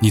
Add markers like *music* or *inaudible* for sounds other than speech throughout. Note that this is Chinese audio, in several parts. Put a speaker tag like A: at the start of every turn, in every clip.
A: 你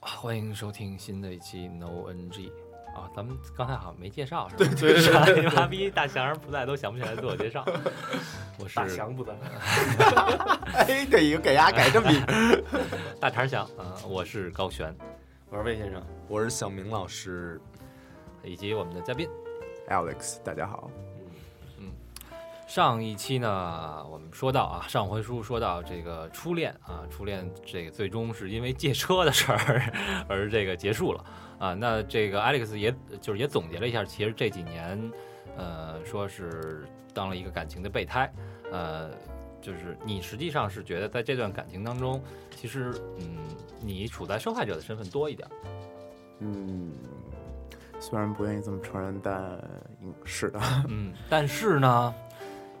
B: 欢迎收听新的一期 No NG 啊，咱们刚才好像没介绍是吧？对对对，你 *laughs* 妈逼大祥不在都想不起来自我介绍。我是
C: 大祥不在，
D: 哎，对，又给丫改这么一个。
B: 大肠祥啊，我是高璇，
C: *laughs* 我是魏先生，
D: 我是小明老师
B: 以及我们的嘉宾。
D: Alex，大家好。
B: 上一期呢，我们说到啊，上回书说到这个初恋啊，初恋这个最终是因为借车的事儿而这个结束了啊。那这个 Alex 也就是也总结了一下，其实这几年，呃，说是当了一个感情的备胎，呃，就是你实际上是觉得在这段感情当中，其实嗯，你处在受害者的身份多一点。
D: 嗯，虽然不愿意这么承认，但应是的。 *laughs*
B: 嗯，但是呢，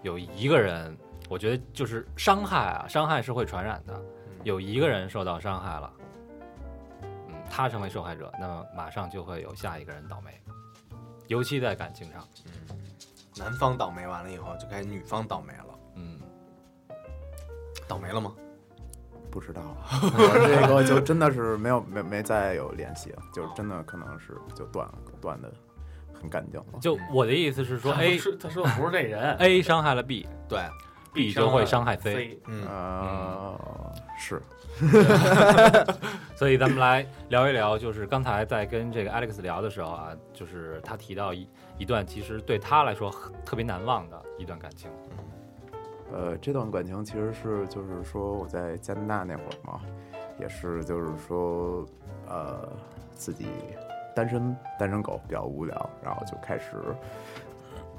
B: 有一个人，我觉得就是伤害啊，伤害是会传染的。
C: 嗯
B: 有一个人受到伤害了，嗯，他成为受害者，那么马上就会有下一个人倒霉，尤其在感情上，
D: 男方倒霉完了以后，就该女方倒霉了。
B: 嗯，
D: 倒霉了吗？不知道，我这个就真的是没有没没再有联系，就是真的可能是就断了，断的很干净了。
B: 就我的意思是说
C: 他
B: ，A
C: 不嗯是他说的不是这人
B: A 伤害了 B，
D: 对，
B: B
C: 伤
B: 就
C: 害
B: 会伤害 C，
C: C
D: 嗯呃，是，
B: 所以咱们来聊一聊，就是刚才在跟这个 Alex 聊的时候啊，就是他提到一一段其实对他来说很特别难忘的一段感情，
D: 呃，这段感情其实是就是说我在加拿大那会儿嘛，也是就是说呃自己单身单身狗比较无聊，然后就开始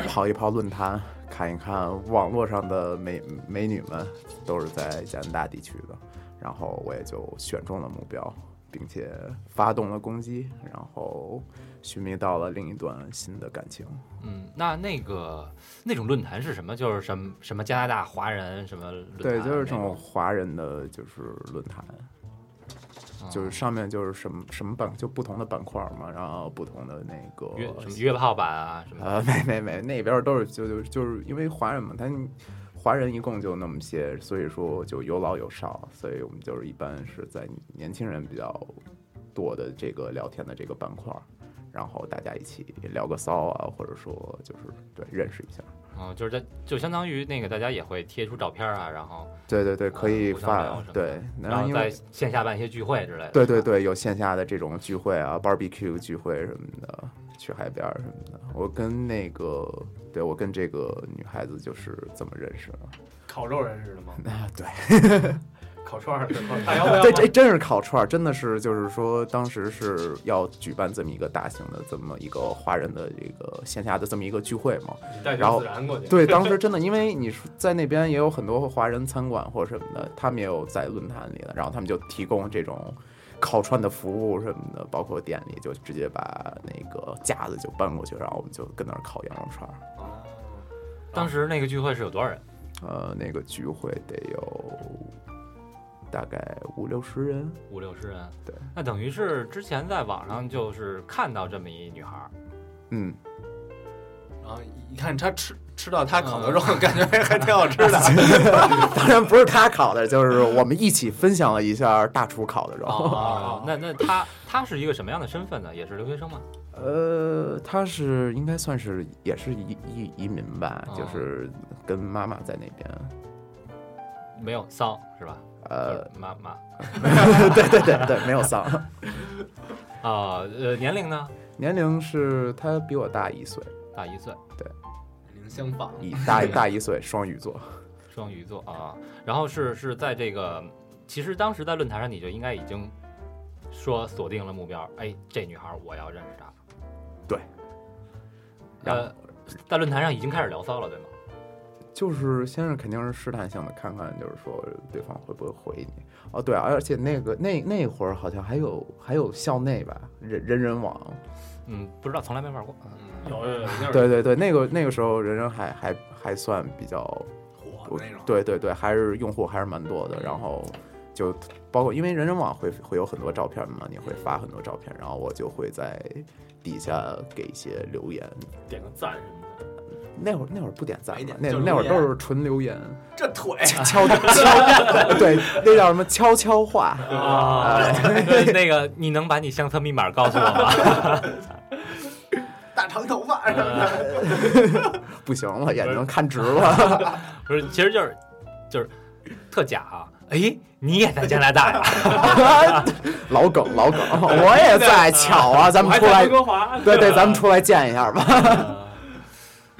D: 跑一跑论坛，看一看网络上的美美女们都是在加拿大地区的，然后我也就选中了目标，并且发动了攻击，然后寻觅到了另一段新的感情。
B: 嗯，那那个那种论坛是什么？就是什么什么加拿大华人什么论坛啊
D: 对，就是这
B: 那
D: 种华人的就是论坛。
B: 啊
D: 就是上面就是什么什么板，就不同的板块嘛，然后不同的那个
B: 嗯约什么约炮版啊什么的。
D: 呃，没没没，那边都是就就就是因为华人嘛，他华人一共就那么些，所以说就有老有少，所以我们就是一般是在年轻人比较多的这个聊天的这个板块，然后大家一起聊个骚啊，或者说就是对认识一下，
B: 嗯，就是在就相当于那个大家也会贴出照片啊，然后
D: 对对对，可以
B: 互相聊
D: 发
B: 什么的
D: 对，
B: 然后
D: 因
B: 在
D: 为
B: 线下办一些聚会之类的。
D: 对对对，有线下的这种聚会啊，barbecue 聚会什么的，去海边儿什么的。我跟那个，对我跟这个女孩子就是这么认识的。
C: 烤肉人似的吗？
D: 啊，对，
E: *laughs*
C: 烤串儿，
D: *laughs*
C: 大摇不
E: 啊
D: 这
C: 摇
D: 这真是烤串儿，真的是就是说，当时是要举办这么一个大型的这么一个华人的这个线下的这么一个聚会嘛。
C: 带
D: 然
C: 着
D: 后
C: 孜然过去，
D: 对，当时真的，因为你说在那边也有很多华人餐馆或什么的，他们也有在论坛里的，然后他们就提供这种烤串的服务什么的，包括店里就直接把那个架子就搬过去，然后我们就跟那儿烤羊肉串儿。
C: 啊
B: 当时那个聚会是有多少人？
D: 呃，那个聚会得有大概五六十人，
B: 五六十人。
D: 对，
B: 那等于是之前在网上就是看到这么一女孩儿，
D: 嗯， *laughs*
C: 然后一看他吃吃到他烤的肉，感觉还挺好吃的。
D: 当然不是他烤的，就是我们一起分享了一下大厨烤
C: *laughs*
D: 的肉。
B: 哦那那她她是一个什么样的身份呢？也是留学生吗？
D: 呃，他是应该算是也是移移移民吧，
B: 哦
D: 就是跟妈妈在那边。
B: 没有骚是吧？*laughs*
D: 呃，
B: 就是妈妈
D: *laughs* 对对对对，没有丧。
B: 啊，呃，年龄呢？
D: 年龄是他比我大一岁，
B: 大一岁。
C: 零相仿，
D: 一大大一岁，双鱼座。
B: 双鱼座啊，然后是是在这个，其实当时在论坛上你就应该已经说锁定了目标，哎，这女孩我要认识她。呃
D: 对。然后
B: 呃，在论坛上已经开始聊骚了，对吗？
D: 就是先是肯定是试探性的看看，就是说对方会不会回你。哦，对、啊，而且那个那那会儿好像还有还有校内吧，人人人网，
B: 嗯，不知道，从来没玩过。
E: 嗯
C: 有有有，那
D: 对对对，那个那个时候人人还还还算比较，
C: 火的啊那种，，
D: 对对对，还是用户还是蛮多的。然后就包括因为人人网会会有很多照片嘛，你会发很多照片，然后我就会在底下给一些留言。
E: 点个赞什么的。
D: 那会儿那会儿不点赞
C: 没
D: 嘛
C: 点，
D: 那
C: 就
D: 那会儿
C: 留言
D: 都是纯
C: *laughs*
D: 留言，
C: 这腿
D: *laughs* 悄悄对，那叫什么悄悄话。
B: 啊， *laughs* 那个，你能把你相册密码告诉我吗？ *laughs*
C: 大长头发什 *laughs* 么的，
D: 不行了，眼睛看直了。 *laughs*
B: 不是，其实就是就是特假啊！哎，你也在加拿大呀？ *laughs*
D: 老梗老梗，我也在巧啊，咱
E: 我
D: 们
E: 还
D: 出
E: 在
D: 来
E: 温，
D: *laughs*
E: 哥华，
D: 对对，咱们出来见一下吧。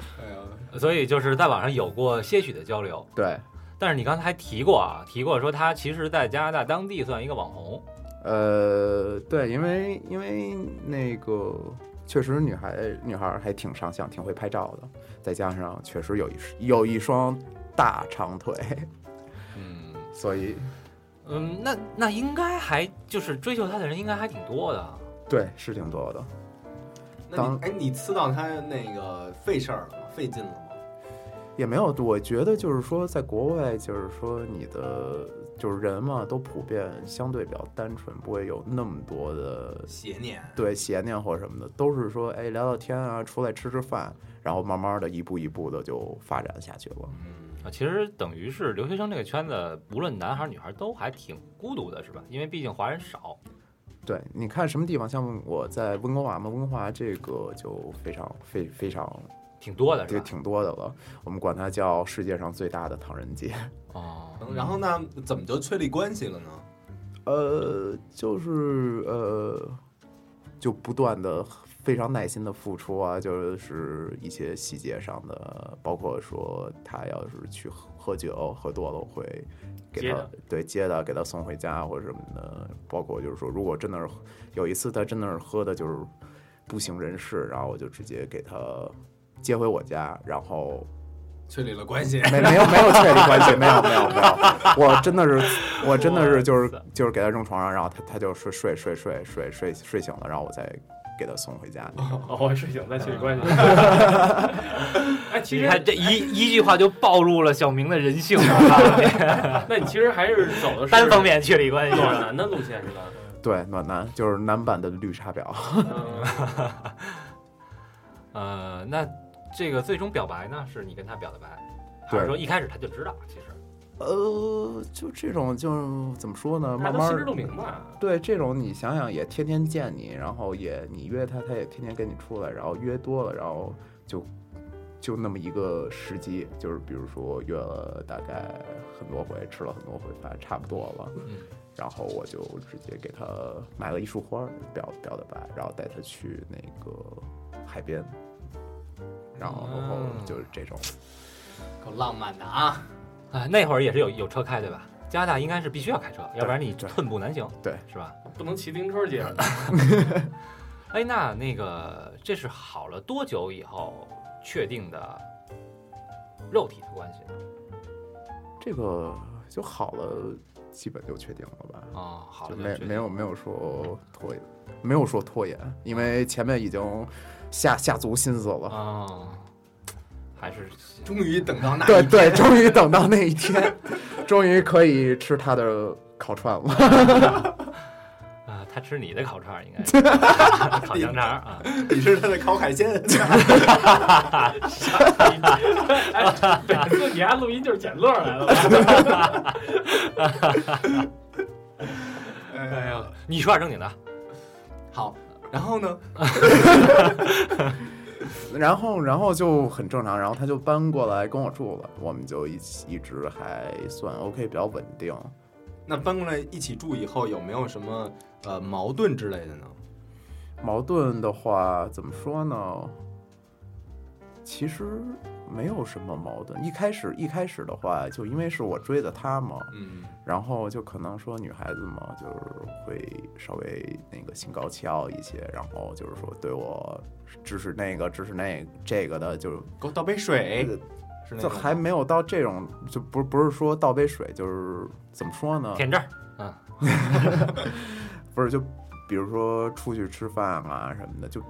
D: *laughs*
C: 哎呀，
B: 所以就是在网上有过些许的交流，
D: 对，
B: 但是你刚才还提过啊，提过说他其实，在加拿大当地算一个网红，
D: 呃，对，因为因为那个确实女孩女孩还挺上相，挺会拍照的，再加上确实有一有一双大长腿，
B: 嗯
D: 所以
B: 嗯，那那应该还就是追求他的人应该还挺多的，啊
D: 对是挺多的。
C: 那
D: 当
C: 你哎，你刺到他那个费事儿了吗？费劲了吗？
D: 也没有，我觉得就是说，在国外，就是说你的就是人嘛，都普遍相对比较单纯，不会有那么多的
C: 邪念，
D: 对邪念或什么的，都是说哎聊聊天啊，出来吃吃饭，然后慢慢的一步一步的就发展下去了。
C: 嗯，
B: 啊，其实等于是留学生这个圈子，无论男孩儿女孩儿都还挺孤独的，是吧？因为毕竟华人少，
D: 对，你看什么地方，像我在温哥华嘛，温哥华这个就非常非非常
B: 挺多的，是
D: 也
B: 吧？
D: 挺多的了，我们管它叫世界上最大的唐人街。
B: 哦，
C: 嗯然后呢，怎么就确立关系了呢？
D: 呃，就是呃，就不断的非常耐心的付出啊，就是一些细节上的，包括说他要是去喝喝酒喝多了，我会给
E: 接
D: 他
E: 他
D: 对接他，给他送回家或者什么的。包括就是说，如果真的是有一次他真的是喝的就是不省人事，然后我就直接给他接回我家，然后
C: 确立了关系，
D: *laughs* 没没有没有确立关系，没有没有没
E: *laughs*
D: 有，我真的是我真的是就是
B: 哇塞
D: 就是给他扔床上，然后他他就睡睡睡睡睡睡睡醒了，然后我再给他送回
E: *laughs*
D: 家。
E: 哦，我睡醒再
D: 嗯
E: 确认关系。
D: *laughs*
E: 哎，其
B: 你
E: 实
B: 看这一一句话就暴露了小明的人性，是
E: *laughs*
B: 吧
E: 那你其实还是走的是
B: 单方面确立关系是
E: 暖
B: 吧。
E: 男的路线是
D: *laughs*
E: 吧？
D: 对，暖男就是男版的绿茶婊。
E: 嗯，
B: 呃，那这个最终表白呢，是你跟他表的白，还是
D: 对
B: 说一开始他就知道？其实，
D: 呃，就这种就怎么说呢？
E: 大家
D: 慢
E: 都
D: 慢
E: 心知肚明吧？
D: 对这种你想想也天天见你，然后也你约他，他也天天跟你出来，然后约多了，然后就就那么一个时机，就是比如说约了大概很多回，吃了很多回饭，差不多了，
B: 嗯
D: 然后我就直接给他买了一束花儿，表表的白，然后带他去那个海边，然后
B: 嗯
D: 就是这种，
C: 够浪漫的啊！
B: 啊、那会儿也是有有车开对吧？加拿大应该是必须要开车，要不然你
D: 对
B: 寸步难行，
D: 对，
B: 是吧？
E: 不能骑自行车接 *laughs* 着。
B: 哎，那那个这是好了多久以后确定的肉体的关系呢？
D: 这个就好了，基本就确定了吧。
B: 哦，好
D: 就
B: 了，
D: 没
B: 确定
D: 没有没有说拖延，没有说拖延，因为前面已经下下足心思了。
B: 哦，还是
C: *laughs* 终于等到那
D: 对
C: 一天，
D: 对，终于等到那一天， *laughs* 终于可以吃他的烤串了。
B: 啊、他吃你的烤串儿
D: *laughs*
B: 应该是烤香肠儿啊，
C: 你是他的烤
B: *laughs*
C: 海鲜，
E: 哎，每次你家录音就是捡乐儿来了吧？
C: 哎呀，
B: 你说点正经的，
C: 好，然后呢？
D: 然后然后就很正常，然后他就搬过来跟我住了，我们就一起一直还算 OK，比较稳定。
C: 那搬过来一起住以后，有没有什么呃矛盾之类的呢？
D: 矛盾的话，怎么说呢？其实没有什么矛盾。一开始一开始的话，就因为是我追的他嘛，
C: 嗯，
D: 然后就可能说女孩子嘛，就是会稍微那个心高气傲一些，然后就是说对我支持那个支持那这个的，就是
B: 呃
C: 给我倒杯水，
B: 是那
D: 就
B: 种
D: 还没有到这种，就不不是说倒杯水，就是怎么说呢？
B: 舔证儿，
D: 不是就比如说出去吃饭啊什么的，就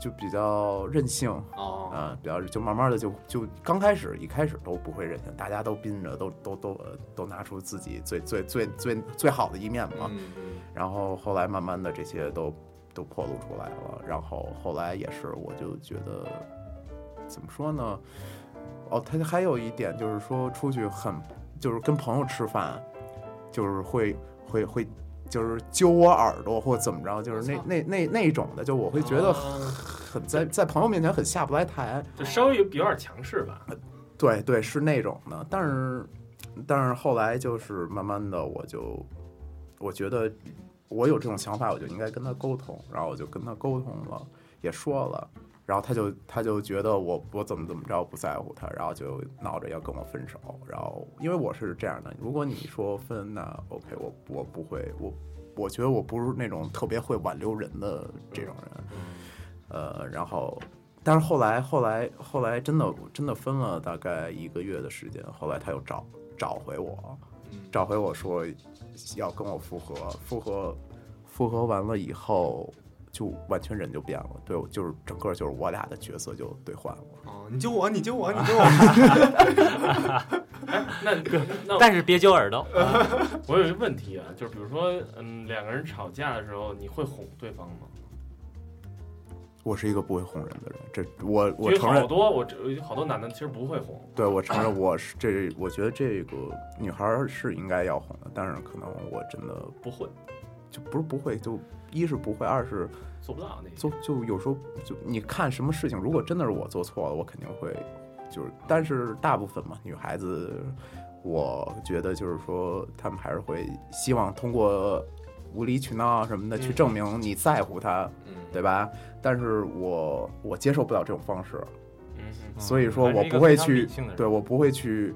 D: 就比较任性
B: 哦，
D: 啊，比较就慢慢的就就刚开始一开始都不会任性，大家都宾着，都都都呃都拿出自己最最最最最好的一面嘛。
B: 嗯嗯
D: 然后后来慢慢的这些都都破露出来了，然后后来也是我就觉得怎么说呢？哦，他还有一点就是说出去很就是跟朋友吃饭，就是会会会就是揪我耳朵或怎么着，就是那
E: 我操
D: 那那那种的，就我会觉得很在在朋友面前很下不来台。
E: 就稍微有有点强势吧。
D: 对对，是那种的。但是，但是后来就是慢慢的，我就我觉得我有这种想法，我就应该跟他沟通，然后我就跟他沟通了，也说了，然后他就他就觉得我我怎么怎么着不在乎他，然后就闹着要跟我分手。然后因为我是这样的，如果你说分，那 OK，我我不会，我我觉得我不是那种特别会挽留人的这种人。呃，然后，但是后来，后来，后来真的真的分了大概一个月的时间。后来他又找找回我，
B: 嗯
C: 嗯
D: 找回我说要跟我复合，复合，复合完了以后，就完全人就变了。对，我就是整个就是我俩的角色就兑换了。
C: 哦，你揪我，你揪我，你揪
B: *laughs*
C: 我，
E: 那那我
B: 但是别揪耳朵，
D: 呃
E: 我有一个问题啊，就是比如说，嗯，两个人吵架的时候，你会哄对方吗？
D: 我是一个不会哄人的人，这我我
E: 因为
D: 承认
E: 好，多我这好多男的其实不会哄，
D: 对我承认我是这，我觉得这个女孩儿是应该要哄的，但是可能我真的
E: 不会
D: 就不是不会，就一是不会，二是。
E: 做不到那些。
D: 就就有时候就你看什么事情，如果真的是我做错了，我肯定会就是，但是大部分嘛，女孩子，我觉得就是说，她们还是会希望通过无理取闹啊什么的去证明你在乎她，对吧？但是我我接受不了这种方式，
E: 嗯嗯，
D: 所以说
B: 还是
D: 我
B: 一个
D: 不
B: 非
D: 会
B: 常理
D: 去
B: 性的人，
D: 对我不会去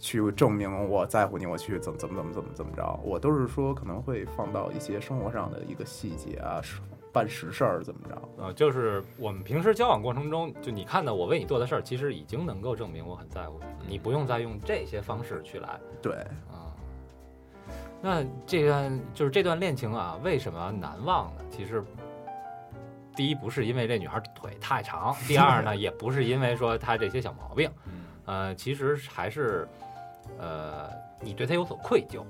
D: 去证明我在乎你，我去怎么怎么怎么怎么怎么着，我都是说可能会放到一些生活上的一个细节啊，是办实事儿怎么着。
B: 啊，就是我们平时交往过程中，就你看到我为你做的事儿，其实已经能够证明我很在乎你，你不用再用这些方式去来
D: 对，
B: 啊。那这段就是这段恋情啊，为什么难忘呢？其实，第一不是因为这女孩腿太长，第二
D: *laughs*
B: 呢也不是因为说她这些小毛病，
D: 嗯
B: 呃，其实还是，呃，你对她有所愧疚。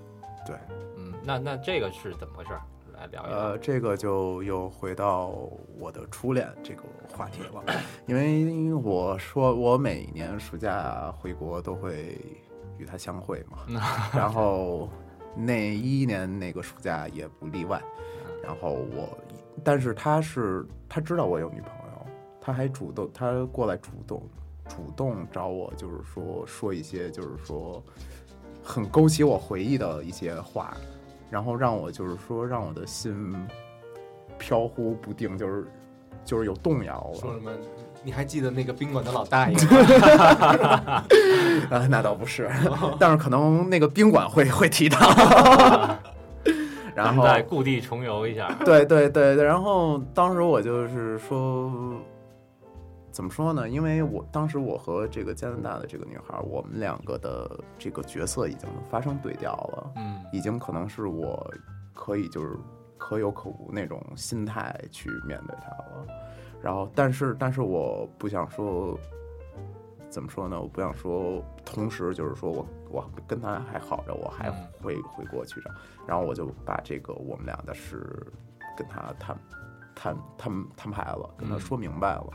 D: 对，
B: 嗯，那那这个是怎么回事儿？来聊一聊。
D: 呃，这个就又回到我的初恋这个话题了，因为我说我每年暑假回国都会与他相会
B: *laughs*
D: 嘛，然后那一年那个暑假也不例外，然后我，但是他是他知道我有女朋友，他还主动他过来主动主动找我，就是说说一些就是说很勾起我回忆的一些话，然后让我就是说让我的心飘忽不定，就是就是有动摇
C: 说
D: 了。
C: 什么？你还记得那个宾馆的老大爷？
B: *laughs*
D: 啊， *laughs* 那倒不是，但是可能那个宾馆会会提到。然
B: 咱们
D: 后
B: 再故地重游一下。
D: *laughs* 对对对，对然后当时我就是说，怎么说呢？因为我当时我和这个加拿大的这个女孩，我们两个的这个角色已经发生对调了，
B: 嗯，
D: 已经可能是我可以就是可有可无那种心态去面对她了。然后，但是但是我不想说，怎么说呢？我不想说，同时就是说我我跟她还好着，我还
B: 嗯
D: 回回国去着。然后我就把这个我们俩的事跟他摊摊摊摊牌了，跟他
B: 嗯
D: 说明白了。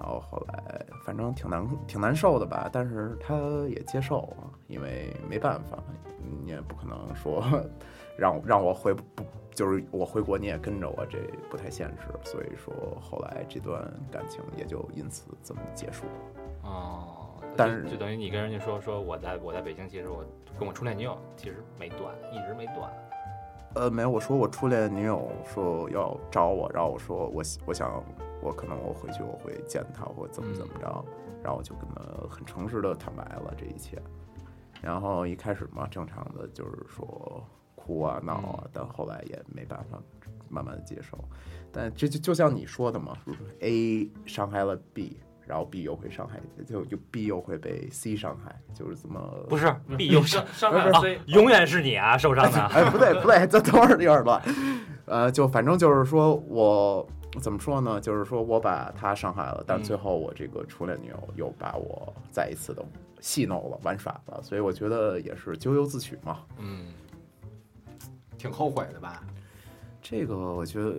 D: 然后后来反正挺难挺难受的吧，但是他也接受了，因为没办法，你也不可能说 *laughs* 让我让我回不就是我回国你也跟着我，这不太现实。所以说后来这段感情也就因此这么结束。
B: 哦，
D: 但
B: 就是就等于你跟人家说说我在我在北京，其实我跟我初恋女友其实没断，一直没断。
D: 呃，没有，我说我初恋女友说要找我，然后我说我希我想我可能我回去我会见她或怎么怎么着，然后我就跟她很诚实的坦白了这一切。然后一开始嘛，正常的就是说哭啊闹啊，但后来也没办法，慢慢的接受。但这就就像你说的嘛，A 伤害了 B，然后 B 又回上海，就就 B 又会被 C 伤害，就是这么
B: 不是 B 又伤
E: 上上
D: 不
E: 海
D: 是
B: 啊
E: C，，
B: 永远是你啊，受伤 *laughs* 的。
D: 哎，不对不对，这等会儿有点乱。呃，就反正就是说我怎么说呢？就是说我把他伤害了，但
B: 嗯
D: 最后我这个初恋女友又把我再一次的戏弄了、玩耍了，所以我觉得也是咎由自取嘛。
B: 嗯，
C: 挺后悔的吧？
D: 这个我觉得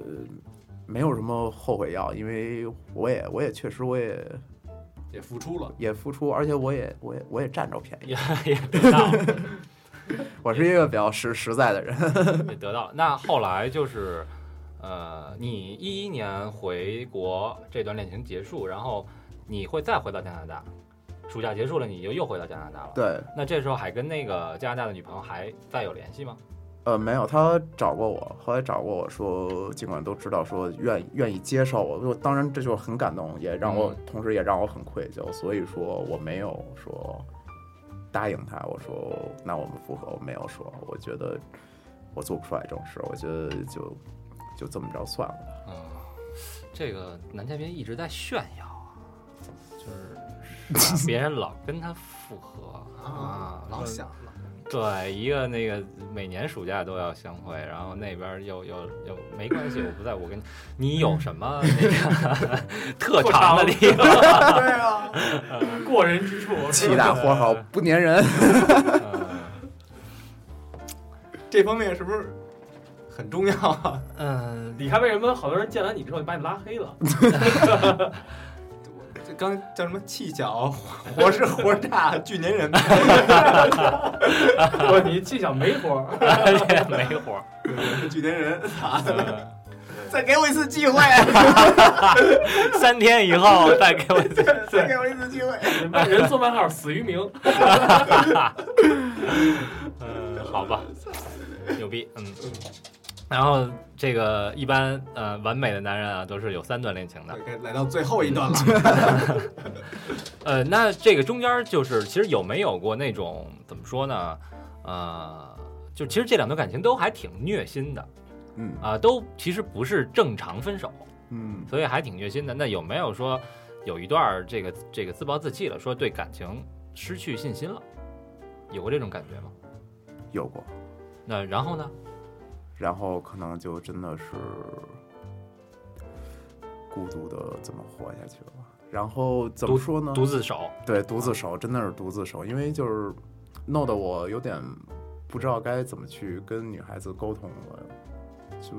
D: 没有什么后悔药，因为我也我也确实我也
C: 也付出了，
D: 也付出，而且我也我也我也占着便宜，
B: 也也得到，
D: 我是一个比较实实在的人。 *laughs*
B: 也得到了。那后来就是，呃，你一一年回国，这段恋情结束，然后你会再回到加拿大，暑假结束了，你就又回到加拿大了。
D: 对，
B: 那这时候还跟那个加拿大的女朋友还再有联系吗？
D: 呃，没有，他找过我，后来找过我说，尽管都知道说愿愿意接受我，我当然这就是很感动，也
B: 嗯
D: 让我、同时也让我很愧疚，所以说我没有说答应他，我说那我们复合，我没有说，我觉得我做不出来这种事，我觉得就就这么着算了。
B: *laughs* 嗯，这个男嘉宾一直在炫耀啊， *laughs* 就是啊别人老跟他复合啊，说
C: 老想了，
B: *laughs* 对，一个那个每年暑假都要相会，然后那边儿又又又没关系，我不在，我跟你，你有什么那 *laughs* 个特长的地方？
C: 对啊，
E: 过人之处，
D: 气大活好
B: 嗯
D: 不粘人，
C: 这方面是不是很重要啊？
B: 嗯，
E: 你看为什么好多人见完你之后就把你拉黑了？ *laughs*
C: 我这刚叫什么气小，活是
B: *laughs*
C: 活大，巨粘人。
E: 我说你技巧没活儿，
B: 也没活儿。
C: *laughs* 巨粘人，操 *laughs* 再给我一次机会，
B: 三天以后再给我，
C: *laughs* 再给我一次机会。
E: 人做外号死于明。
B: 嗯，好吧，牛逼，嗯。然后这个一般呃完美的男人啊都是有三段恋情的，
C: 该来到最后一段了，
B: 呃，那这个中间儿就是，其实有没有过那种怎么说呢？呃，就其实这两段感情都还挺虐心的
D: 嗯
B: 啊、都其实不是正常分手，
D: 嗯，
B: 所以还挺虐心的。那有没有说有一段儿这个这个自暴自弃了，说对感情失去信心了，有过这种感觉吗？
D: 有过，
B: 那然后呢？
D: 然后可能就真的是孤独的怎么活下去了吧。然后怎么说呢？
B: 独自守，
D: 对，独自守真的是独自守，因为就是弄得我有点不知道该怎么去跟女孩子沟通了，就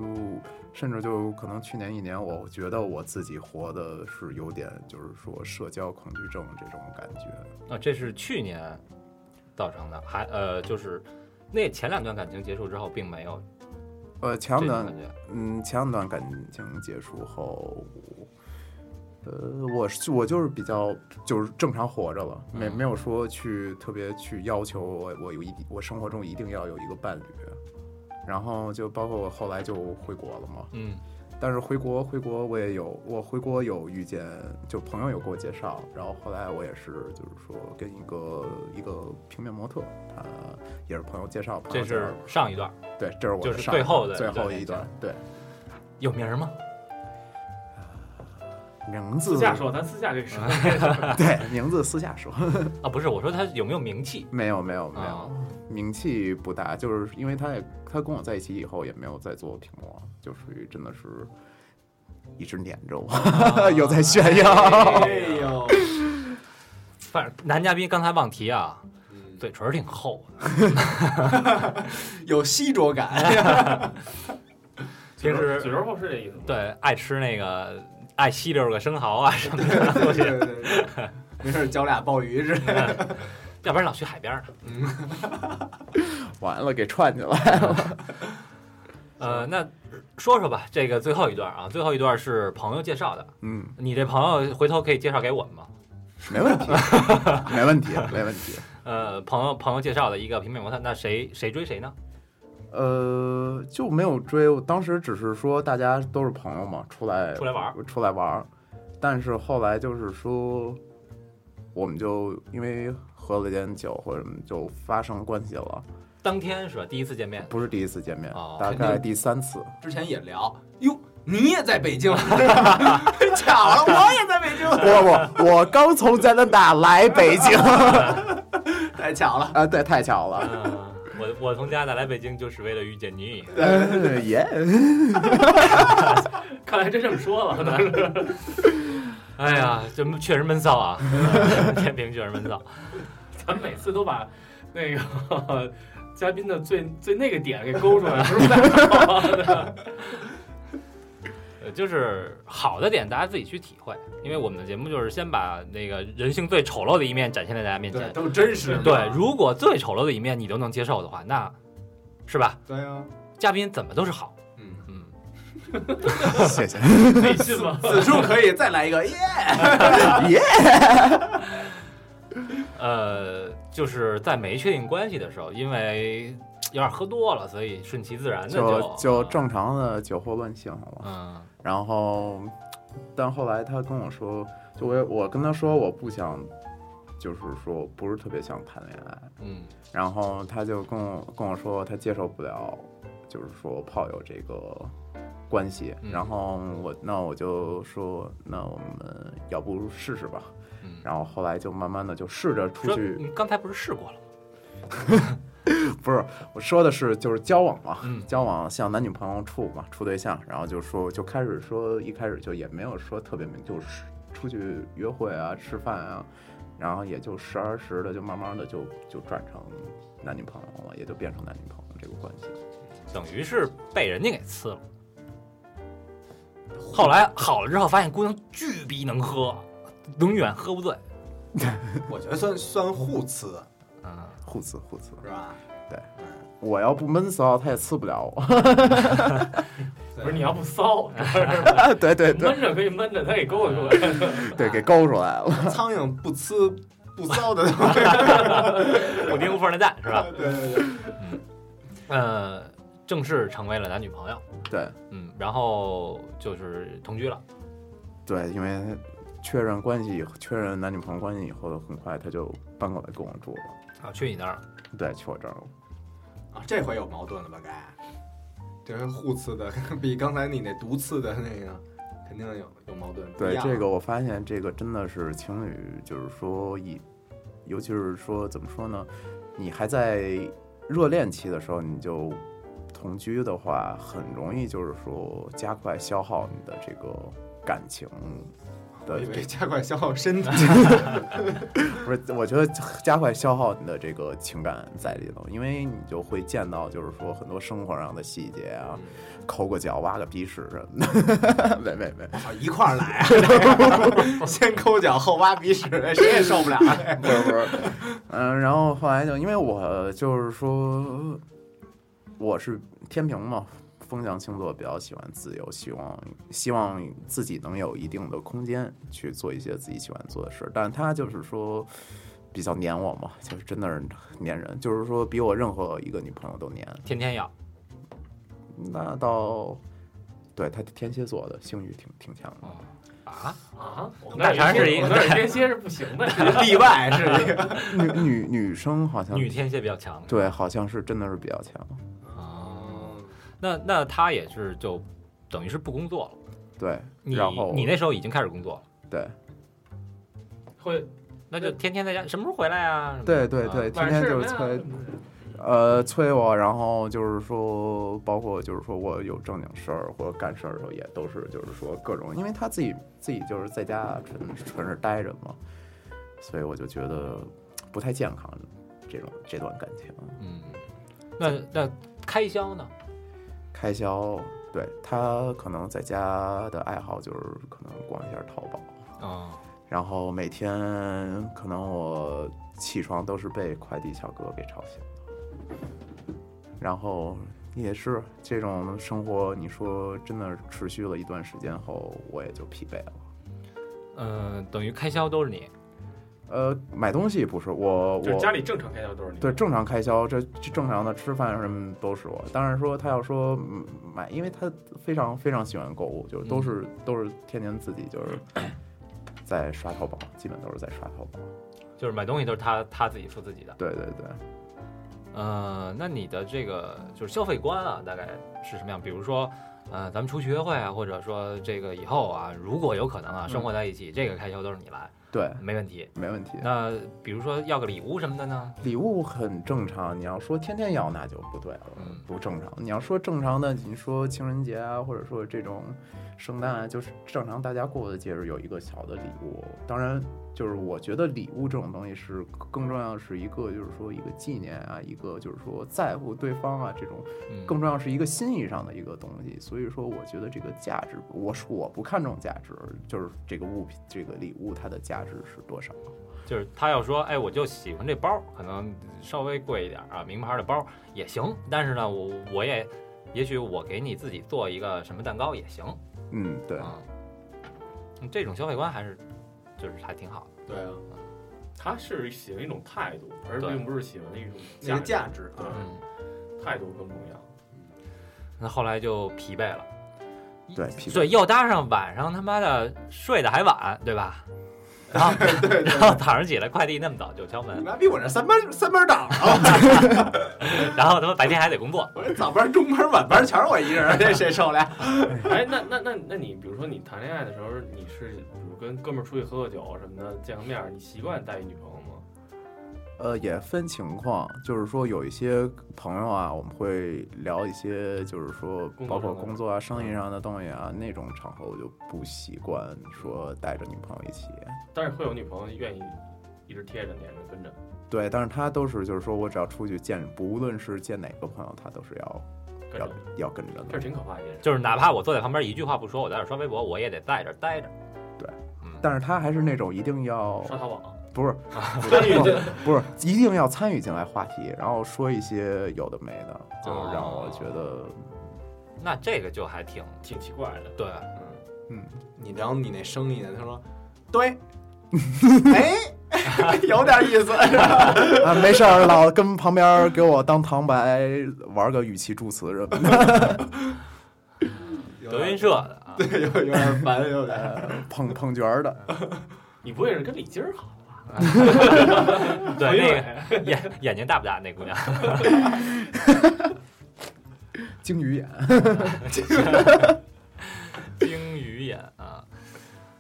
D: 甚至就可能去年一年，我觉得我自己活的是有点就是说社交恐惧症这种感觉。
B: 啊，这是去年造成的，还呃就是那前两段感情结束之后，并没有
D: 呃，前
B: 这种
D: 两段
B: 感觉。
D: 嗯，前两段感情结束后，呃，我是我就是比较就是正常活着了，没
B: 嗯
D: 没有说去特别去要求我我有一我生活中一定要有一个伴侣，然后就包括我后来就回国了嘛，
B: 嗯
D: 但是回国回国我也有我回国有遇见就朋友有给我介绍，然后后来我也是就是说跟一个一个平面模特，他也是朋友介绍，朋
B: 这
D: 友介绍
B: 是上一段儿
D: 对，这是我
B: 就
D: 的
B: 是
D: 上
B: 最
D: 一
B: 后
D: 段
B: 的
D: 最
B: 一段
D: 后
B: 恋
D: 一
B: 情
D: 段对。
B: 有名儿吗？
D: 名字
E: 私下说，咱私下这说。
B: 嗯
D: 对，名字私下说，
B: 啊，不是，我说他有没有名气？
D: *laughs* 没有没有没有，
B: 啊，
D: 名气不大，就是因为他也他跟我在一起以后也没有再做屏幕，啊就属于真的是一直黏 *laughs* 着我，又在炫耀。
C: *laughs* 哎呦，
B: 反正男嘉宾刚才忘提啊，
C: 嗯
B: 嘴唇儿挺厚的，
C: 有吸着感，
B: 平
E: 嘴
B: 时
E: 唇厚是这意思吗？
B: 对爱吃那个爱吸溜个生蚝啊什么 *laughs* 的，
C: *laughs* 对对对对， *laughs* 没事儿嚼俩鲍鱼 *laughs* 是吧？
B: 要不然老去海边儿呢。
D: 完了，给串去了。
B: 呃，那说说吧，这个最后一段啊，最后一段是朋友介绍的，
D: 嗯，
B: 你这朋友回头可以介绍给我们吗？
D: 没问题， *laughs* 没问题，没问题。
B: 呃，朋友朋友介绍的一个平面模特，那谁谁追谁呢？
D: 呃，就没有追，我当时只是说大家都是朋友嘛，出来
B: 出来玩儿
D: 出来玩儿。但是后来就是说，我们就因为喝了点酒或者什么，就发生关系了。
B: 当天是吧？第一次见面，
D: 不是第一次见面，
B: 哦
D: 大
C: 肯
D: 概
C: 定
D: 第三次。
C: 之前也聊，哟，你也在北 *laughs* 京，巧了，我也在北 *laughs* 京，
D: 不不，我刚从加拿大来北京
C: 太巧了。
D: *laughs* 啊，对，太巧了，
B: 啊，我我从加拿大来北京就是为了遇见你。
D: 呃耶、
E: 看来真这么说
B: *laughs*
E: 了，当时
B: 哎呀，这确实闷骚
E: *laughs*
B: 啊，天平确实闷骚。
E: 咱们每次都把那个嘉宾的最最那个点给勾出来，不是 *laughs* 吧？
B: 呃，就是好的点大家自己去体会，因为我们的节目就是先把那个人性最丑陋的一面展现在大家面
C: 对，啊
B: 前。
C: 都真实的。
B: 对，如果最丑陋的一面你都能接受的话，那是吧？
C: 对啊呀，
B: 嘉宾怎么都是好。
C: 嗯
B: 嗯，
D: *laughs* 谢谢，
E: *laughs* 没信吗？
C: 此处可以再来一个耶。
B: 呃，就是在没确定关系的时候，因为有点喝多了，所以顺其自然的
D: 就
B: 就
D: 就正常的酒后乱性了。
B: 嗯
D: 然后，但后来他跟我说，就我也我跟他说我不想，就是说不是特别想谈恋爱。
B: 嗯
D: 然后他就跟我跟我说他接受不了，就是说炮友这个关系。
B: 嗯
D: 然后我那我就说那我们要不试试吧。
B: 嗯。
D: 然后后来就慢慢的就试着出
B: 说
D: 去，
B: 你刚才不是试过了吗？
D: 不是我说的是就是交往嘛，
B: 嗯
D: 交往像男女朋友处嘛，处对象，然后就说就开始说一开始就也没有说特别明，就是出去约会啊、吃饭啊，然后也就时而时的就慢慢的就就转成男女朋友了，也就变成男女朋友这个关系。
B: 等于是被人家给刺了。后来好了之后，发现姑娘巨逼能喝，永远喝不醉。
C: *laughs* 我觉得算算互刺
B: 嗯，
D: 互刺互刺，
C: 是吧？
D: 我要不闷骚，他也刺不了我。
E: 不是你要不骚，
D: 对对对
E: *laughs* 闷着可以闷着，他给勾出来。
D: 对，给勾出来
C: *laughs*
D: 了。
C: 苍蝇不呲不骚的东西。
B: 不丁不缝的蛋是吧？
C: *laughs* 对对对，
B: 呃，正式成为了男女朋友。
D: 对
B: 嗯，然后就是同居了。
D: 对，因为确认关系以后，确认男女朋友关系以后，很快他就搬过来跟我住了。
B: 啊，去你那儿了。
D: 对，去我这儿了。
C: 啊，这回有矛盾了吧？该，这回互刺的比刚才你那毒刺的那个肯定有有矛盾。不一
D: 对
C: 样啊
D: 这个，我发现这个真的是情侣，就是说以，尤其是说怎么说呢，你还在热恋期的时候，你就同居的话，很容易就是说加快消耗你的这个感情
C: 我
D: 的
C: 以
D: 这
C: 为加快消耗身体。
D: 不是，我觉得加快消耗你的这个情感在里头，因为你就会见到就是说很多生活上的细节啊，抠个脚、挖个鼻屎什么的， *laughs* 没没
C: *laughs*
D: 没，
C: 好一块儿来 *laughs* 啊！先抠脚后挖鼻屎，谁也受不了。啊
D: 不是不是， *laughs* 嗯，然后后来就因为我就是说我是天平嘛，风象星座比较喜欢自由，希望希望自己能有一定的空间去做一些自己喜欢做的事，但他就是说。比较黏我嘛，就是真的是黏人，就是说比我任何一个女朋友都黏。
B: 天天要，
D: 那到，对他天蝎座的性欲挺挺强的，
B: 啊，
E: 啊，我
B: 那全是一
E: 我那儿这些是不行的，
C: *laughs* 例外是一个
D: 女女女生好像
B: 女天蝎比较强。
D: 对，好像是真的是比较强，
B: 哦，那那她也是就等于是不工作了。
D: 对，
B: 你
D: 然后
B: 你那时候已经开始工作了，
D: 对
E: 会
B: 那就天天在家，什么时候回来啊？什么
D: 对
B: 的
D: 对对，
B: 啊
D: 天
E: 晚
D: 天
E: 上
D: 就是催呃催我，然后就是说，包括就是说我有正经事儿或者干事儿的时候，也都是就是说各种，因为他自己自己就是在家纯纯是待着嘛，所以我就觉得不太健康这种这段感情。
B: 嗯，那那开销呢？
D: 开销，对他可能在家的爱好就是可能逛一下淘宝，
B: 啊，
D: 然后每天可能我起床都是被快递小哥给吵醒的，然后也是这种生活，你说真的持续了一段时间后，我也就疲惫了。
B: 嗯，等于开销都是你。
D: 呃，买东西不是我
E: 就是
D: 我
E: 家里正常开销多少年？
D: 对，正常开销，这这正常的吃饭什么都是我。当然说他要说嗯买，因为他非常非常喜欢购物，就是都
E: 嗯
D: 是、都是天天自己就是
E: *clears throat*
D: 在刷淘宝，基本都是在刷淘宝。
B: 就是买东西都是他他自己付自己的。
D: 对对对，
B: 呃，那你的这个就是消费观啊，大概是什么样？比如说呃，咱们出去约会啊，或者说这个以后啊，如果有可能啊，
E: 嗯
B: 生活在一起，这个开销都是你来，
D: 对，
B: 没问题。
D: 没问题。
B: 那比如说要个礼物什么的呢？
D: 礼物很正常，你要说天天要那就不对了，
B: 嗯
D: 不正常。你要说正常的，你说情人节啊，或者说这种圣诞啊，就是正常大家过的节日有一个小的礼物。当然，就是我觉得礼物这种东西是更重要，是一个就是说一个纪念啊，一个就是说在乎对方啊这种
B: 嗯，
D: 更重要是一个心意上的一个东西，所以说我觉得这个价值，我是我不看重价值，就是这个物品、这个礼物它的价值是多少。
B: 就是他要说，哎，我就喜欢这包，可能稍微贵一点啊，名牌的包也行。但是呢，我我也，也许我给你自己做一个什么蛋糕也行
D: 嗯，对，
B: 啊。嗯这种消费观还是，就是还挺好的。
C: 对啊，
E: 他是喜欢一种态度，而
B: 对
E: 并不是喜欢一种
C: 那个
E: 价
C: 价值啊，
B: 嗯，
E: 值态度更重要。
B: 那后来就疲惫了。
D: 对疲惫
B: 对，又搭上晚上他妈的睡得还晚，对
D: *laughs*
B: 吧？然后，然后早上起来快递那么早就敲
C: 你
B: 门，
C: 妈逼我这三班三班倒啊！
B: 然后他妈白天还得工作，
C: 我这早班、中班、晚班全是我一人，这谁受得了？
E: 哎，那那那那你比如说你谈恋爱的时候，你是比如跟哥们儿出去喝个酒什么的，见个面儿，你习惯带一女朋友吗？
D: 呃，也分情况，就是说有一些朋友啊，我们会聊一些，就是说
E: 工
D: 包
E: 作
D: 括
E: 上的嗯
D: 工作啊、生意上的东西啊，那种场合我就不习惯说带着女朋友一起。
E: 但是会有女朋友愿意一直贴着黏着跟着。
D: 对，但是他都是就是说我只要出去见，不论是见哪个朋友，他都是要
E: 跟
D: 要
E: 着，
D: 要跟着
E: 这
D: 的
E: 是。挺可怕的一件事。
B: 就是哪怕我坐在旁边一句话不说，我在这儿刷微博，我也得在这儿待着。
D: 但是他还是那种一定要
E: 刷淘宝，
D: 不
E: *laughs*
D: 是，
E: 参与进
D: 不是，一定要参与进来话题，然后说一些有的没的，就
B: 哦
D: 让我觉得，
B: 那这个就还挺
E: 挺奇怪的。
B: 对，啊
D: 嗯，
C: *laughs* 你聊你那生意呢？他说，对， *laughs* 哎， *laughs* 有点意思。
D: 啊，没事儿，老跟旁边给我当旁白，玩个语气助词什么的，
B: 德云社的啊，
C: 有点有点烦，有 *laughs* 点。
D: 捧捧角儿的，
E: 你不会是跟李菁儿好吧？
B: 对
E: 因
B: 那个
E: 为
B: 眼眼睛大不大那姑娘，
D: 鲸鱼眼，
B: *laughs* 鲸鱼眼啊。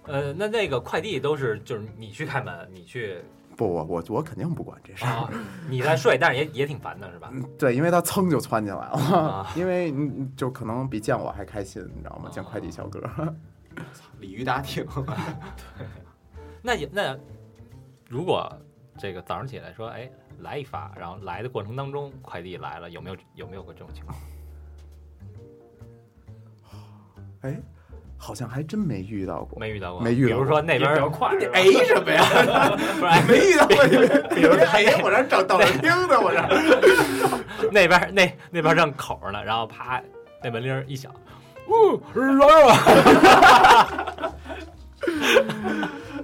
B: 呃，那那个快递都是就是你去开门，你 *laughs* 去
D: 不，我我我肯定不管这事儿，
B: 啊，你在睡，但是也也挺烦的是吧？
D: 对，因为他噌就窜进来了
B: 啊，
D: 因为你就可能比见我还开心，你知道吗？见快递小哥，
C: 鲤鱼打挺，
B: 那也那如果这个早上起来说，哎，来一发，然后来的过程当中快递来了，有没有有没有过这种情况？
D: *laughs* 哎，好像还真没遇到过，
B: 没遇到过，
D: 没遇到
B: 比
D: 过
B: 如说那
E: 也
B: 边
E: 比较
B: 儿
E: 快，是吧
C: *laughs* 哎什么呀？
B: 不是哎
C: *laughs* 没遇到过你们。
B: 比如说
C: *laughs* 哎，我这找等着听呢，我这。
B: *laughs* 那边儿那那边儿正口着呢，然后啪，那门铃儿一响，呜、来了，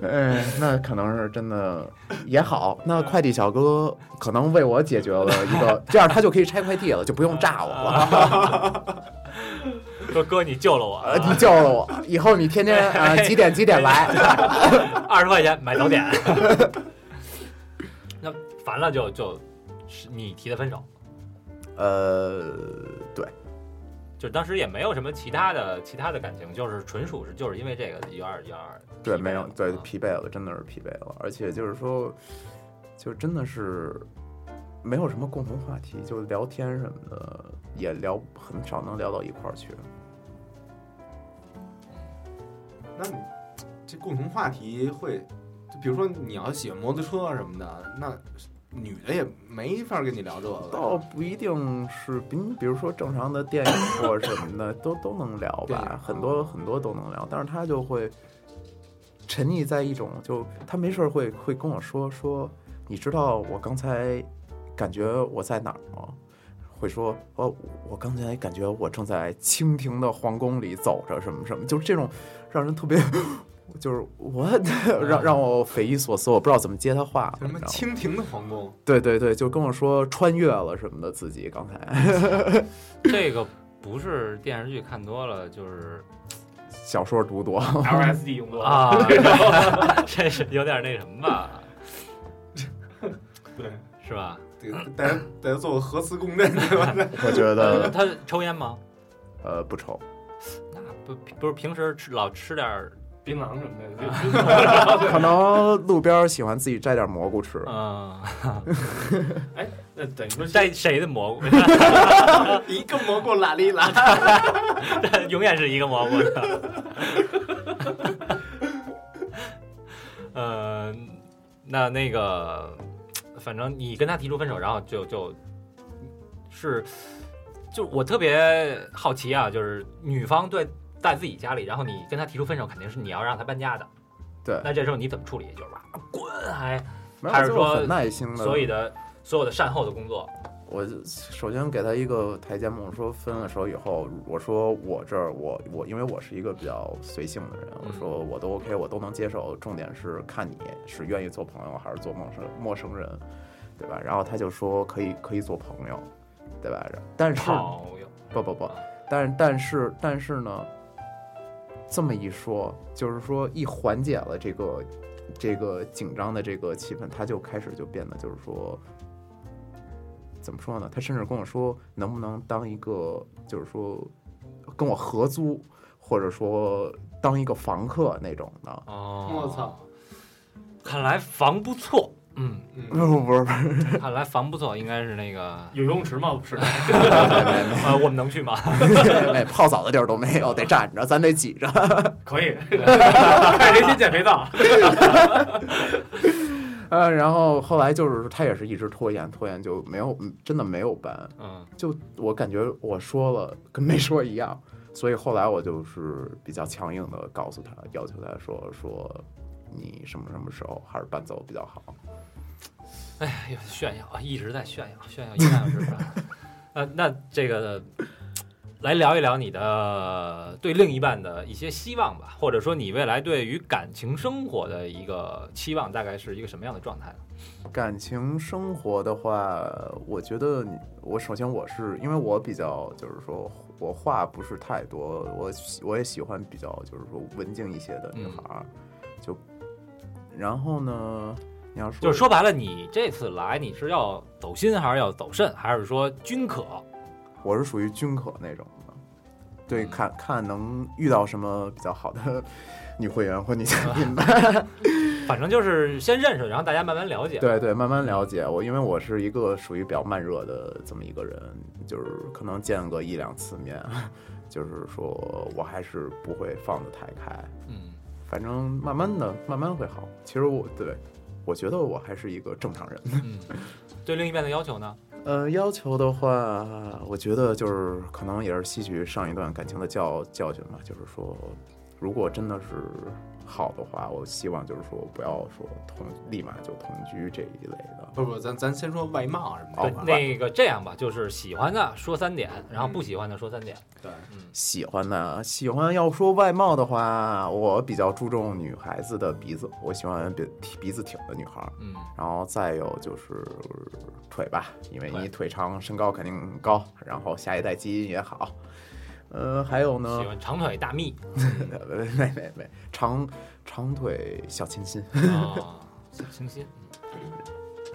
D: 哎，那可能是真的也好。那快递小哥可能为我解决了一个，这样他就可以拆快递了，就不用炸我了。 *laughs*
B: 说哥你救了我 *laughs*
D: 呃
B: 啊，
D: 你救了我，以后你天天啊几点几点来？ *laughs*
B: 二十块钱买早点。那烦了就就是你提的分手，
D: 呃，对，
B: 就是当时也没有什么其他的其他的感情，就是纯属是就是因为这个有点有点
D: 对，没有，对，
B: 啊 *laughs*
D: 疲惫了，真的是疲惫了。而且就是说，就真的是没有什么共同话题，就聊天什么的也聊很少能聊到一块儿去。
C: 那你这共同话题会，就比如说你要喜欢摩托车什么的，那女的也没法跟你聊这
D: 倒
C: 个。
D: 不一定是，比比如说正常的电影或者什么的，都都能聊
C: 电影
D: 吧，很多很多都能聊，但是他就会沉溺在一种，就他没事儿会会跟我说说，你知道我刚才感觉我在哪儿吗？会说，哦，我刚才感觉我正在清廷的皇宫里走着，什么什么，就是这种让人特别， *laughs* 就是我让让我匪夷所思，我不知道怎么接他话了，
C: 什
D: 你
C: 么
D: 知道吗
C: 蜻蜓的皇宫？
D: 对对对，就跟我说穿越了什么的，自己刚才 *laughs*
B: 这个不是电视剧看多了，就是
D: 小说读多，
E: LSD 用多了，
B: 啊， *laughs* 这是有点那什么 *laughs* 吧，
E: 对，
B: 是吧？
C: *laughs* 得得得做个核磁共振，对吧？
D: 我觉
B: 呃，
D: 得
B: 他抽烟吗？
D: 呃不愁，
B: 那不不是平时吃老吃点儿，
E: 槟榔什么的就就
B: 啊 *laughs*
E: 走了。
D: *laughs*
E: 对
D: 可能路边儿喜欢自己摘点蘑菇吃。
B: 嗯，
E: 那等于说是，
B: 摘谁的蘑菇？
C: 一个蘑菇拉里 *laughs* 拉，
B: *laughs* 永远是一个蘑菇的。 *laughs* 呃，那那个，反正你跟他提出分手，然后就就是，就我特别好奇啊，就是女方对在自己家里，然后你跟他提出分手，肯定是你要让他搬家的。
D: 对，
B: 那这时候你怎么处理？就是吧，滚！还
D: 没
B: 还
D: 有，
B: 是
D: 就
B: 说
D: 很耐心的。
B: 所有的所有的善后的工作，
D: 我就首先给他一个台阶嘛，我说分了手以后，我说我这儿我我因为我是一个比较随性的人，
B: 嗯
D: 我说我都 OK，我都能接受，重点是看你是愿意做朋友还是做陌生陌生人，对吧？然后他就说可以可以做朋友，对吧？但是
B: 好友
D: 不不不，但但是但是呢，这么一说，就是说一缓解了这个这个紧张的这个气氛，他就开始就变得就是说，怎么说呢？他甚至跟我说，能不能当一个就是说跟我合租，或者说当一个房客那种的。
B: 哦，
C: 我操！，
B: 看来房不错，嗯，
D: *laughs* 不
C: 嗯，
D: 不 *laughs* 不是不
B: *laughs*
D: 是，
B: 看来房不错，应该是那个
E: 有游泳池吗？不
B: *laughs*
E: 是，
B: 呃，我们能去吗？
D: 哎，泡澡的地儿都没有，得站着，咱得挤着。 *laughs*
B: *laughs*
E: 可以，看谁先减肥皂。
D: 呃，然后后来就是他也是一直拖延，拖延就没有，真的没有搬。
B: 嗯，
D: 就我感觉我说了跟没说一样，所以后来我就是比较强硬的告诉他，要求他说说你什么什么时候还是搬走比较好。
B: 哎呦，炫耀啊，一直在炫耀，炫耀一个半小时吧。呃，那这个来聊一聊你的对另一半的一些希望吧，或者说你未来对于感情生活的一个期望，大概是一个什么样的状态呢？
D: 感情生活的话，我觉得你我首先我是因为我比较就是说我话不是太多，我喜我也喜欢比较就是说文静一些的女
B: 嗯
D: 孩儿，就然后呢，你要说
B: 就是说白了，你这次来你是要走心，还是要走肾，还是说均可？
D: 我是属于均可那种的，对，
B: 嗯
D: 看看能遇到什么比较好的女会员或女嘉宾吧。
B: 反正就是先认识，然后大家慢慢了解。
D: 对对，慢慢了解我，因为我是一个属于比较慢热的这么一个人，就是可能见个一两次面， *laughs* 就是说我还是不会放得太开。
B: 嗯，
D: 反正慢慢的，慢慢会好。其实我对，我觉得我还是一个正常人。
B: 嗯，对另一半的要求呢？
D: 呃，要求的话，我觉得就是可能也是吸取上一段感情的教教训吧，就是说，如果真的是好的话，我希望就是说不要说同立马就同居这一类的。
C: 不不，咱咱先说外貌什么
D: 好
C: 的。
B: 对
D: 吧，
B: 那个这样吧，就是喜欢的说三点，然后不喜欢的说三点。
C: 对，
B: 嗯，
D: 喜欢的，喜欢要说外貌的话，我比较注重女孩子的鼻子，我喜欢鼻鼻子挺的女孩儿。
B: 嗯，
D: 然后再有就是腿吧，因为
B: 腿
D: 你腿长，身高肯定高，然后下一代基因也好。呃，还有呢
B: 嗯喜，欢长腿大蜜。
D: 没没没没没，长长腿小清新。
B: 啊，小清新。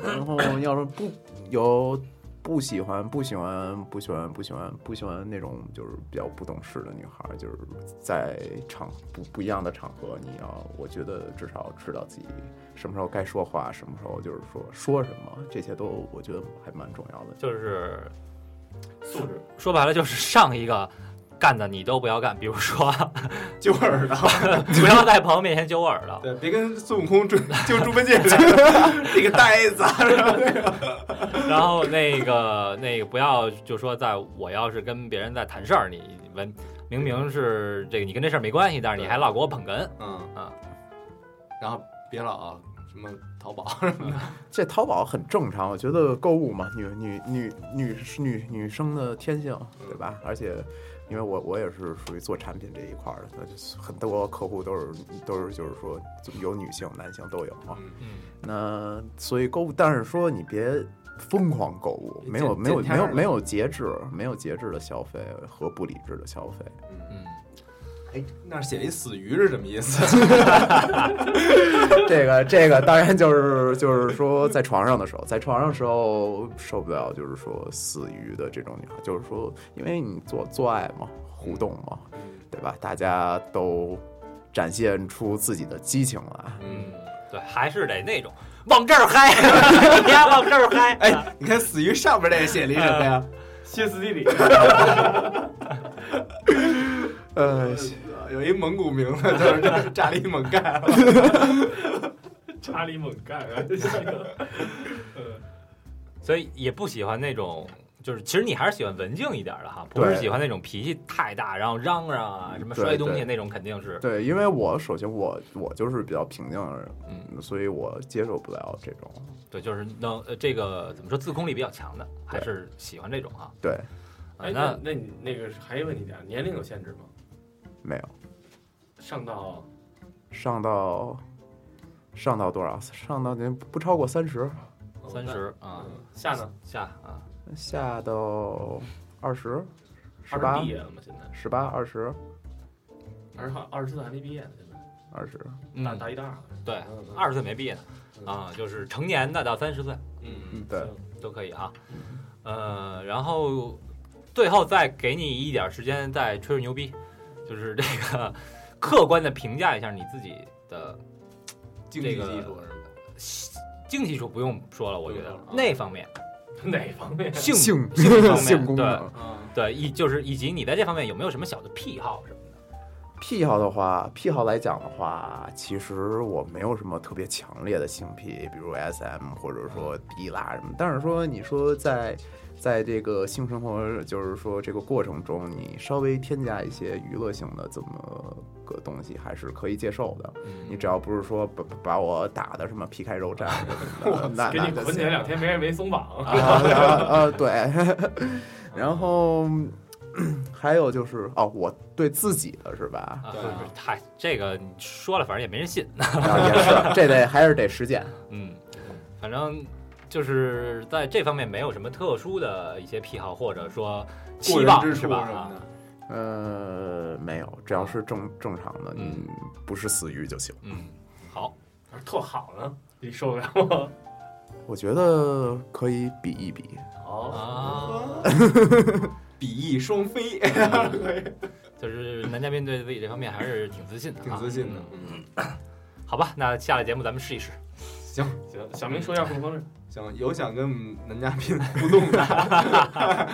D: 然后要是不有不喜欢不喜欢不喜欢不喜欢不喜欢那种就是比较不懂事的女孩儿，就是在场不不一样的场合，你要我觉得至少知道自己什么时候该说话，什么时候就是说说什么，这些都我觉得还蛮重要的。
B: 就是
E: 素质
B: 说白了，就是上一个干的你都不要干，比如 *laughs* 说
C: 揪耳朵， *laughs*
B: 不要在朋友面前揪耳朵。
C: 啊对，别跟孙悟空追揪猪八 *laughs* 戒似的，那个呆子。啊
B: 然后那个那个不要就说在我要是跟别人在谈事儿，你们明明是这个你跟这事儿没关系，但是你还老给我捧哏。
C: 嗯
B: 啊，
C: 然后别老啊什么
B: *laughs*
C: 淘宝，
D: 这淘宝很正常，我觉得购物嘛，女女女女女女生的天性，对吧？而且，因为我我也是属于做产品这一块儿的，那就是很多客户都是都是就是说有女性、男性都有嘛。
C: 嗯，
B: 嗯，
D: 那所以购物，但是说你别疯狂购物，
C: 别
D: 没有
C: 见
D: 没有
C: 见
D: 没
C: 天
D: 有
C: 儿了
D: 没有节制，没有节制的消费和不理智的消费。
B: 嗯，
C: 哎，那儿写一死鱼是什么意思？
B: *laughs*
D: 这个这个当然就是就是说在床上的时候，在床上的时候受不了，就是说死鱼的这种女孩，就是说因为你做做爱嘛，互动嘛，对吧？大家都展现出自己的激情来。
B: 嗯，对，还是得那种往这儿嗨， *laughs* 你要往这儿嗨。
C: 哎，你看死鱼上边这个写了一什么呀？
E: 歇斯底里，
D: 呃，
B: 啊
C: 有一蒙古名字，就是炸了一猛盖。
B: *laughs*
E: 查理猛干啊！ *laughs* 呃，
B: 所以也不喜欢那种，就是其实你还是喜欢文静一点的哈，不
D: 对
B: 是喜欢那种脾气太大，然后嚷嚷啊，什么摔
D: 对
B: 东西
D: 对
B: 那种，肯定是
D: 对，因为我首先我我就是比较平静的人，
B: 嗯，
D: 所以我接受不了这种。
B: 对，就是能呃这个怎么说自控力比较强的，还
D: 对
B: 是喜欢这种哈。
D: 对，
B: 啊
E: 哎，
B: 那
E: 那那你那个还有问题点，年龄有限制吗？
D: 没有
E: 上到
D: 上到上到多少？上到您不超过三十，
B: 三十啊
E: 呃嗯下呢？
B: 下啊，
D: 下到二十，十
E: 二
D: 八
E: 十啊毕，业了吗？现在
D: 十八，二十，
E: 二十号二十四还没毕业呢，现在
D: 二十。
E: 大
B: 嗯，
E: 大一大二。 *laughs*
B: 对
E: 嗯，嗯
B: 二十岁没毕业呢
E: 嗯
B: 啊，就是成年的到三十岁
E: 嗯，
D: 嗯，对，
E: 行
B: 都可以哈。呃，然后最后再给你一点时间再吹吹牛逼，就是这个客观的评价一下你自己的
C: 经济技术是吧？
B: 经济技术不用说了，我觉得
E: 不用说
C: 嗯
E: 了啊
B: 那方面
E: 哪方面？
B: 性
D: 性
B: 方面
D: 性功能
E: 啊，
B: 对以就是以及你在这方面有没有什么小的癖好什么的？
D: 癖好的话，癖好来讲的话，其实我没有什么特别强烈的性癖，比如 SM 或者说滴蜡什么。但是说你说在在这个性生活，就是说这个过程中，你稍微添加一些娱乐性的这么个东西，还是可以接受的。你只要不是说把把我打的什么皮开肉绽什 *laughs* 么的那
E: 给
D: 那
E: 你
D: 就
E: 捆起
D: 行
E: 来两天，没人没松绑。
D: 啊啊 *laughs* 啊！对，然后还有就是哦，我对自己的是吧？
B: *laughs* 啊
C: 对，
B: 嗨，这个你说了，反正也没人信。
D: 啊，也是，这得还是得实践。
B: 嗯，反正就是在这方面没有什么特殊的一些癖好，或者说
C: 过
B: 期
C: 人
B: 望
C: 之
B: 是
C: 处
B: 吧？
C: 什
B: 啊
C: 么的。
D: 呃，没有，只要是正正常的，
B: 嗯
D: 你不是死鱼就行。
C: *laughs*
B: 嗯，好，
E: 我说特好呢，你受不了吗？
D: 我觉得可以比一比，
B: 啊，
C: 比翼双飞，
B: 就是男嘉宾对自己这方面还是挺自信的啊，
C: 挺自信的
B: 嗯。
C: 嗯，
B: 好吧，那下了节目咱们试一试。
C: 行
E: 行，小明说一下互动方式。
C: 行，有想跟我们男嘉宾互动
E: *laughs*
C: 的，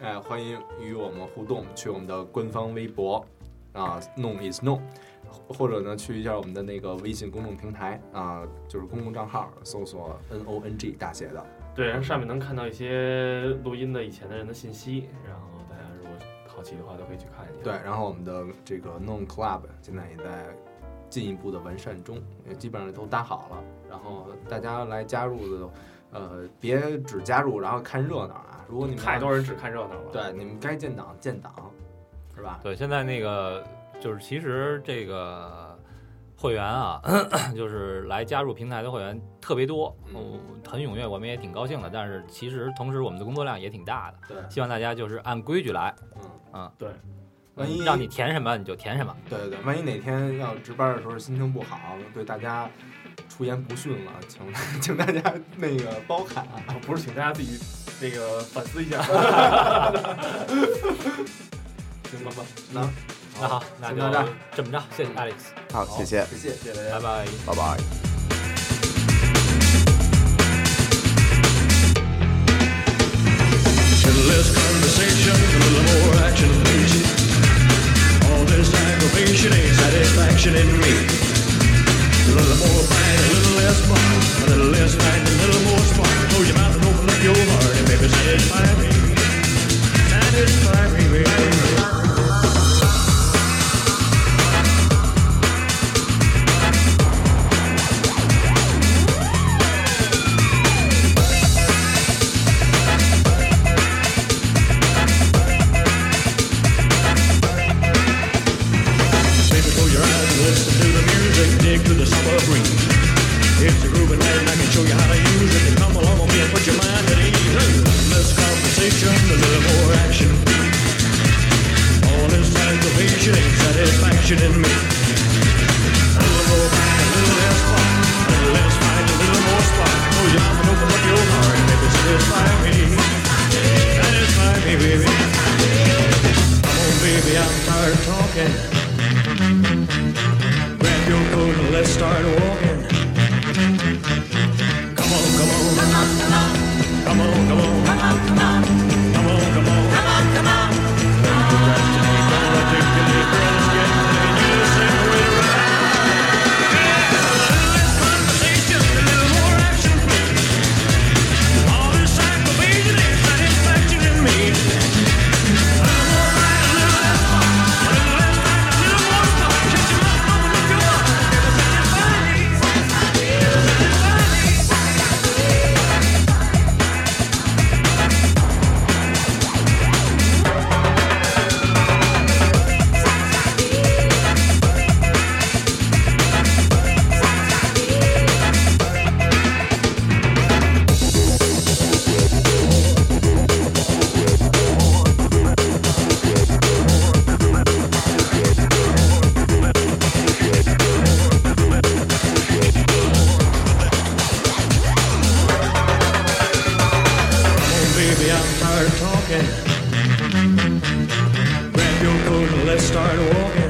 C: 哎，欢迎与我们互动，去我们的官方微博啊，弄 is 弄，或者呢去一下我们的那个微信公众平台啊，就是公共账号，搜索 N O N G 大写的。
E: 对，然后上面能看到一些录音的以前的人的信息，然后大家如果好奇的话，都可以去看一下。
C: 对，，然后我们的这个弄 Club 现在也在进一步的完善中，也基本上都搭好了。然后大家来加入的，呃，别只加入然后看热闹啊！如果你们
E: 太多人只看热闹了。，
C: 对你们该建档建档，是吧？
B: 对，现在那个就是其实这个会员啊， *clears throat* 就是来加入平台的会员特别多，
C: 嗯
B: 嗯，很踊跃，我们也挺高兴的。但是其实同时我们的工作量也挺大的，
C: 对，
B: 希望大家就是按规矩来，
C: 嗯
B: 啊，嗯
E: 对，
C: 万一
B: 让你填什么你就填什么。
C: 对对对，万一哪天要值班的时候心情不好，对大家出言不逊了，请 *laughs* 请大家那个包涵。
E: 不是，请大家自己那个反思一下。
C: 行吧吧，那
B: 那好，那
C: 先
B: 就
C: 到这儿
B: 这么着，谢谢 Alex，
D: 好，谢谢，
C: 谢谢谢谢大家
B: 拜。拜。
D: 拜拜。
F: Less conversation, a little more action, please. All this aggravation ain't satisfaction in me. A little more fight, a little less fight, a little less fight, a little more spark. Close your mouth and open up your heart, and baby, satisfy me. Satisfy me. start talking. Grab your coat and let's start walking.